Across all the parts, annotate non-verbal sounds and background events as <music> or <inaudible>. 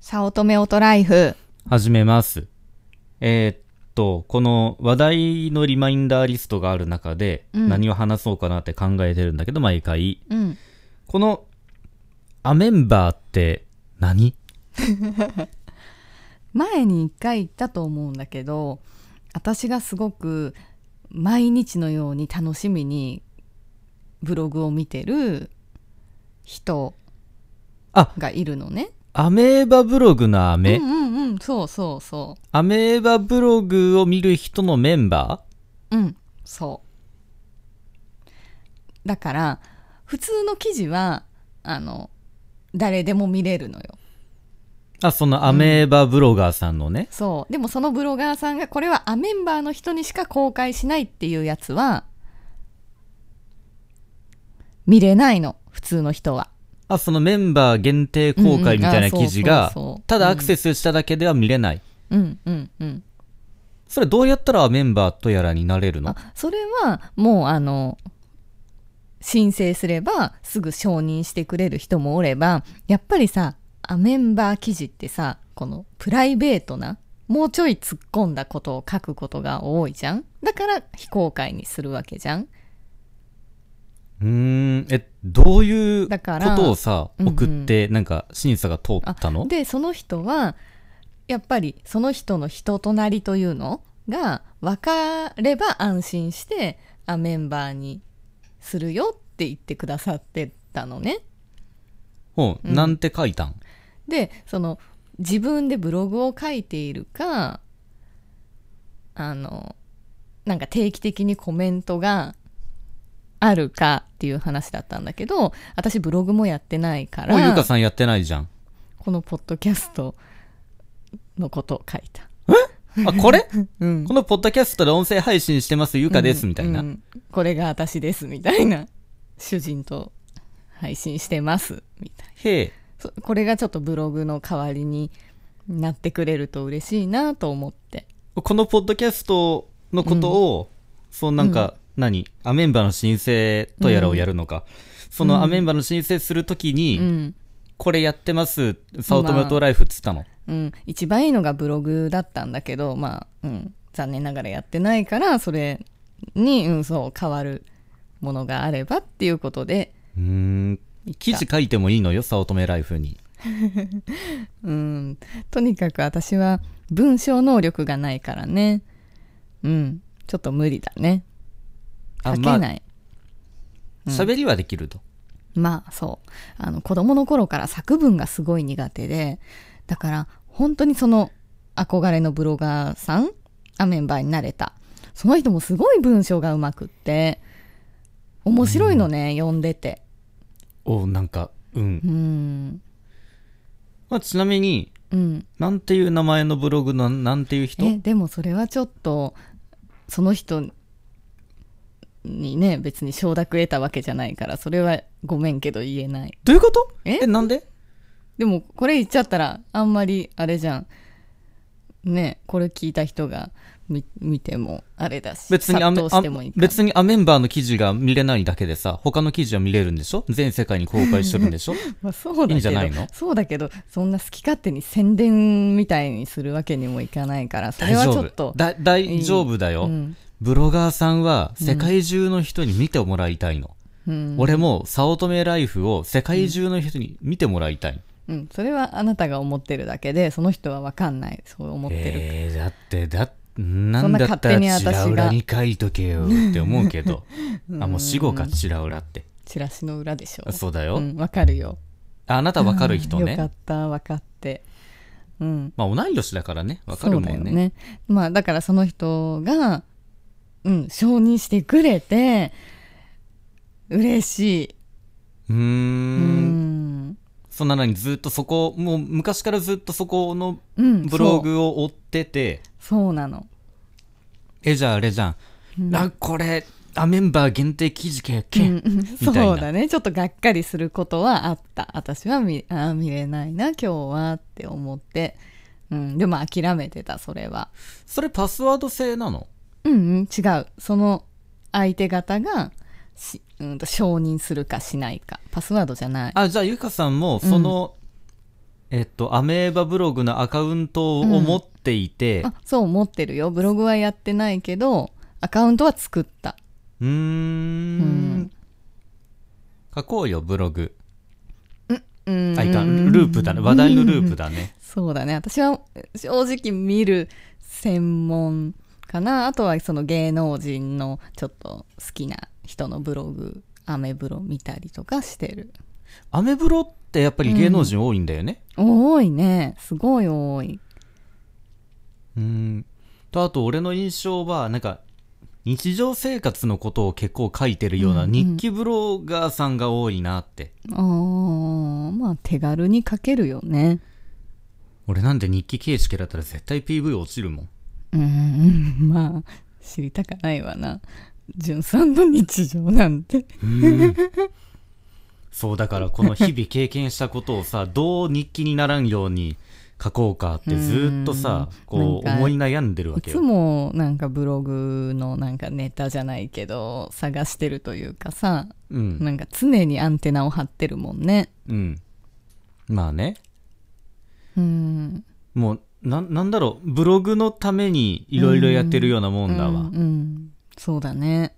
早乙女オトライフ。始めます。えーっと、この話題のリマインダーリストがある中で、うん何を話そうかなって考えてるんだけど、毎回。うん。この、アメンバーって何、前に一回言ったと思うんだけど、私がすごく毎日のように楽しみにブログを見てる人あがいるのね。アメーバブログのアメ、うんうんうん。そうそうそアメーバブログを見る人のメンバう。うん。そう。だから、普通の記事は、あの、誰でも見れるのよ。ーあ、そのアメーバブロガーさんのね。そう。でもそのブロガーさんが、これはアメンバーの人にしか公開しないっていうやつは、見れないの。普通の人は。あ、そのメンバー限定公開みたいな記事がうんうんあそうそうそう、ただアクセスしただけでは見れない。うんうんうん。それどうやったらメンバーとやらになれるのあ、それは、もうあの、申請すればすぐ承認してくれる人もおれば、やっぱりさ、アメンバー記事ってさ、このプライベートな、もうちょい突っ込んだことを書くことが多いじゃんだから非公開にするわけじゃんうーん、え、どういうこだからとをさ、うんうん送って、なんか審査が通ったのでその人はやっぱりその人の人となりというのが分かれば安心してあメンバーにするよって言ってくださってたのね。ほう、うんなんて書いたんでその自分でブログを書いているかあのなんか定期的にコメントがあるかっていう話だったんだけど私ブログもやってないかもうゆらかさんやってないじゃん。このポッドキャストのことを書いた。あ、<laughs> これうんこのポッドキャストで音声配信してます、ゆかです、みたいな。うんうんこれが私ですみたいな主人と配信してますみたいなへえ。そこれがちょっとブログの代わりになってくれると嬉しいなと思ってこのポッドキャストのことを、そうなんか、何アメンバーの申請とやらをやるのか。そのアメンバーの申請するときに、うん、これやってます、サウトメトライフっつったの。うん、一番いいのがブログだったんだけどまあ、うん、残念ながらやってないからそれに、うん、そう変わるものがあればっていうことで、うーん。記事書いてもいいのよ、サウトメライフに。うん、とにかく私は文章能力がないからねうんちょっと無理だね書あけまあない、喋りはできると。まあそう。あの子供の頃から作文がすごい苦手で、だから本当にその憧れのブロガーさん、アメンバーになれた。その人もすごい文章がうまくって、面白いのね、読んでて。おなんか、うん。うん。まあ、ちなみに、うん。なんていう名前のブログの、なんていう人え、でもそれはちょっと、その人にね、別に承諾得たわけじゃないから、それはごめんけど言えない。どういうことえなんででもこれ言っちゃったらあんまりあれじゃんねこれ聞いた人が見見てもあれだし別にアメ殺到あしてもいいから別にアメンバーの記事が見れないだけでさ、他の記事は見れるんでしょ全世界に公開してるんで <laughs> しょまあそうだけどいいんじゃないのそうだけどそんな好き勝手に宣伝みたいにするわけにもいかないからそ大れは丈ちょっ夫と。だ大丈夫だよ、うんブロガーさんは世界中の人に見てもらいたいの。うん俺も、早乙女ライフを世界中の人に見てもらいたい。うん、それはあなたが思ってるだけでその人は分かんないそう思ってる、えー、だって、だなそんんなだっ勝た手らに私チがラウラに書いとけよって思うけ <laughs> ど。あ、もう死後かチラウラって。チラシの裏でしょそうだうよ。ん、分かるよあなたわかる人よかねっ。た分かってうんまあ同い年だからね。わかるもんね。そうだよね。まあだからその人が、うん、承認してくれて、嬉しい。うー。うんん。そんなのにずっとそこ、もう昔からずっとそこのうん。ブロそう。グを追ってて、そうなの。え、じゃああれじゃん。あ、これ、あ、メンバー限定記事け、うけ、んうんみたいなそうだね。ちょっとがっかりすることはあった。私は見あー見れないな、今日はって思って。うん。でも諦めてた、それは。それパスワード制なのうんうん、違う。その相手方がし、うんと、承認するかしないか。パスワードじゃない。あ、じゃあゆかさんも、その、えっと、アメーバブログのアカウントを持っていて、あそう持ってるよブログはやってないけどアカウントは作ったうーんうん書こうよ、ブログ。うんあ、いかん、ループだね。話題のループだね。そうだね私は正直見る専門かなあとはその芸能人のちょっと好きな人のブログアメブロ見たりとかしてるアメブロってやっぱり芸能人多いんだよね。多いねすごい多いうん。と、あと俺の印象は、なんか、日常生活のことを結構書いてるような日記ブロガーさんが多いなって。あーまあ手軽に書けるよね俺なんで日記形式だったら絶対 PV 落ちるもん。うん <laughs> うんまあ知りたくないわな潤さんの日常なんてそう、だからこの日々経験したこと <laughs> をさ、どう日記にならんように書こうかってずーっとさ、こうなんか思い悩んでるわいけつよ。もなんかブログのなんかネタじゃないけど探してるというかさうん。なんか常にアンテナを張ってるもんねうん。まあね。うんもう、なん、なんだろう、ブログのためにいろいろやってるようなもんだうわ。んうんそうだね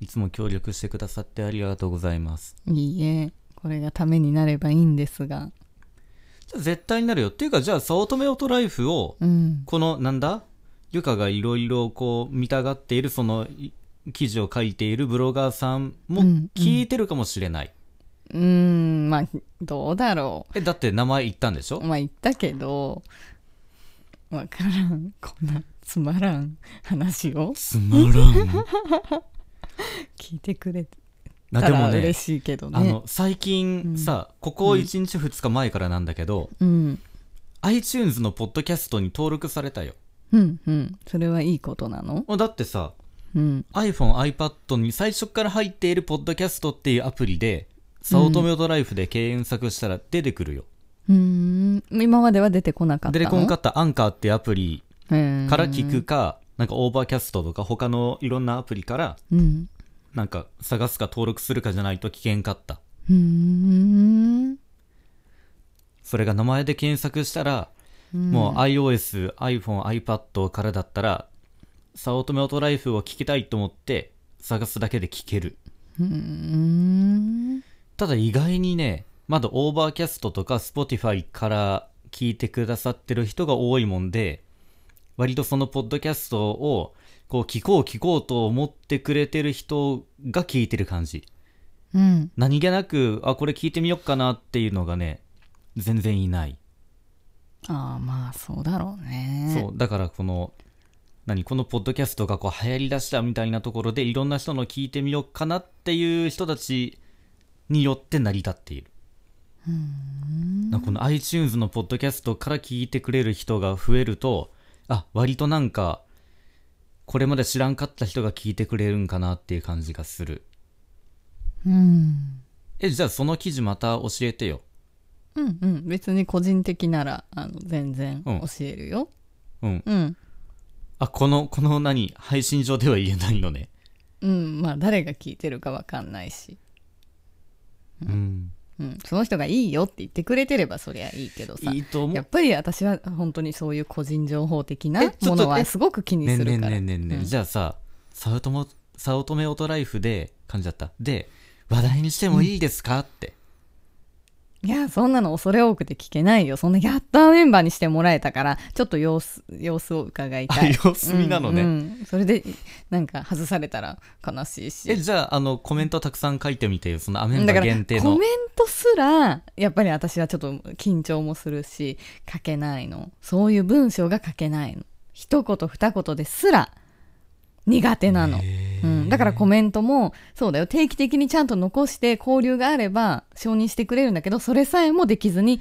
いつも協力してくださってありがとうございます。いいえこれがためになればいいんですがじゃあ絶対になるよ。っていうか、じゃあ、早乙女オトライフを、うんこの、なんだゆかがいろいろこう、見たがっている、その、い記事を書いているブロガーさんもうん聞いてるかもしれない。うんまあどうだろえ、だって名前言ったんでしょうまあ言ったけどわからんこんなつまらん話をつまらん。聞いてくれな、たでもらね嬉、しいけどあねの、最近さ、ここ1日2日前からなんだけど、うん、 iTunes のポッドキャストに登録されたよ。うんうんそれはいいことなのあだってさ、うん、 iPhone、iPad に最初から入っているポッドキャストっていうアプリで、早乙女ドライフで検索したら出てくるよ。うーん今までは出てこなかったデのレコンかったアンカーっていうアプリうんから聞くか、なんかオーバーキャストとか他のいろんなアプリから、うんなんか探すか登録するかじゃないと危険かった。うーんそれが名前で検索したら、もう iOS、iPhone、iPad からだったら、早乙女ドライフを聞きたいと思って探すだけで聞ける。うーんただ意外にね、まだオーバーキャストとか Spotify から聞いてくださってる人が多いもんで、割とそのポッドキャストをこう聞こう聞こうと思ってくれてる人が聞いてる感じ。うん何気なく、あ、これ聞いてみよっかなっていうのがね、全然いない。ああまあそうだろうねそう、だからこの、何このポッドキャストがこう流行りだしたみたいなところでいろんな人の聞いてみようかなっていう人たちによって成り立っている。なんかこの iTunes のポッドキャストから聞いてくれる人が増えると、あ、割となんか、これまで知らんかった人が聞いてくれるんかなっていう感じがする。うんえ、じゃあその記事また教えてよ。うんうん別に個人的ならあの全然うん教えるようん。うん、あ、この、この何配信上では言えないのね。うん、まあ誰が聞いてるかわかんないし、うん。うん、その人がいいよって言ってくれてればそりゃいいけどさいいと思うやっ。ぱり私は本当にそういう個人情報的なえちょもっとのえはすごく気にねすんねるんから。ねんねんねん、うんじゃあさ早乙女早乙女オトライフで感じだったで話題にしてもいいですか、っていや、そんなの恐れ多くて聞けないよ。そんなやったメンバーにしてもらえたから、ちょっと様子、様子を伺いあたい。様子見なのね、うんうんそれで、なんか外されたら悲しいし。えじゃああのコメントたくさん書いてみてよそのアメンだバから、限定コのメントすら、やっぱり私はちょっと緊張もするし、書けないの。そういう文章が書けないの。一言二言ですら、苦手なの。うん、だからコメントも、そうだよ、定期的にちゃんと残して交流があれば承認してくれるんだけど、それさえもできずに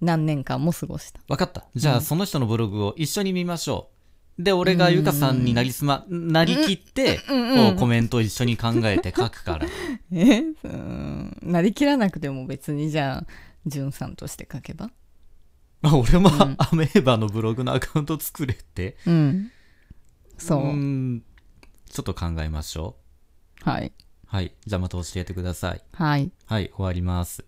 何年間も過ごした。分かったじゃあ、その人のブログを一緒に見ましょうで俺がゆかさんになりすまなりきって、こうコメントを一緒に考えて書くからえうん、なりきらなくても別にじゃあ、じゅんさんとして書けばまあ俺も、アメーバのブログのアカウント作れってうん。そう。ーんちょっと考えましょはい。うはいじゃあまた教えてくださいはい。はい終わります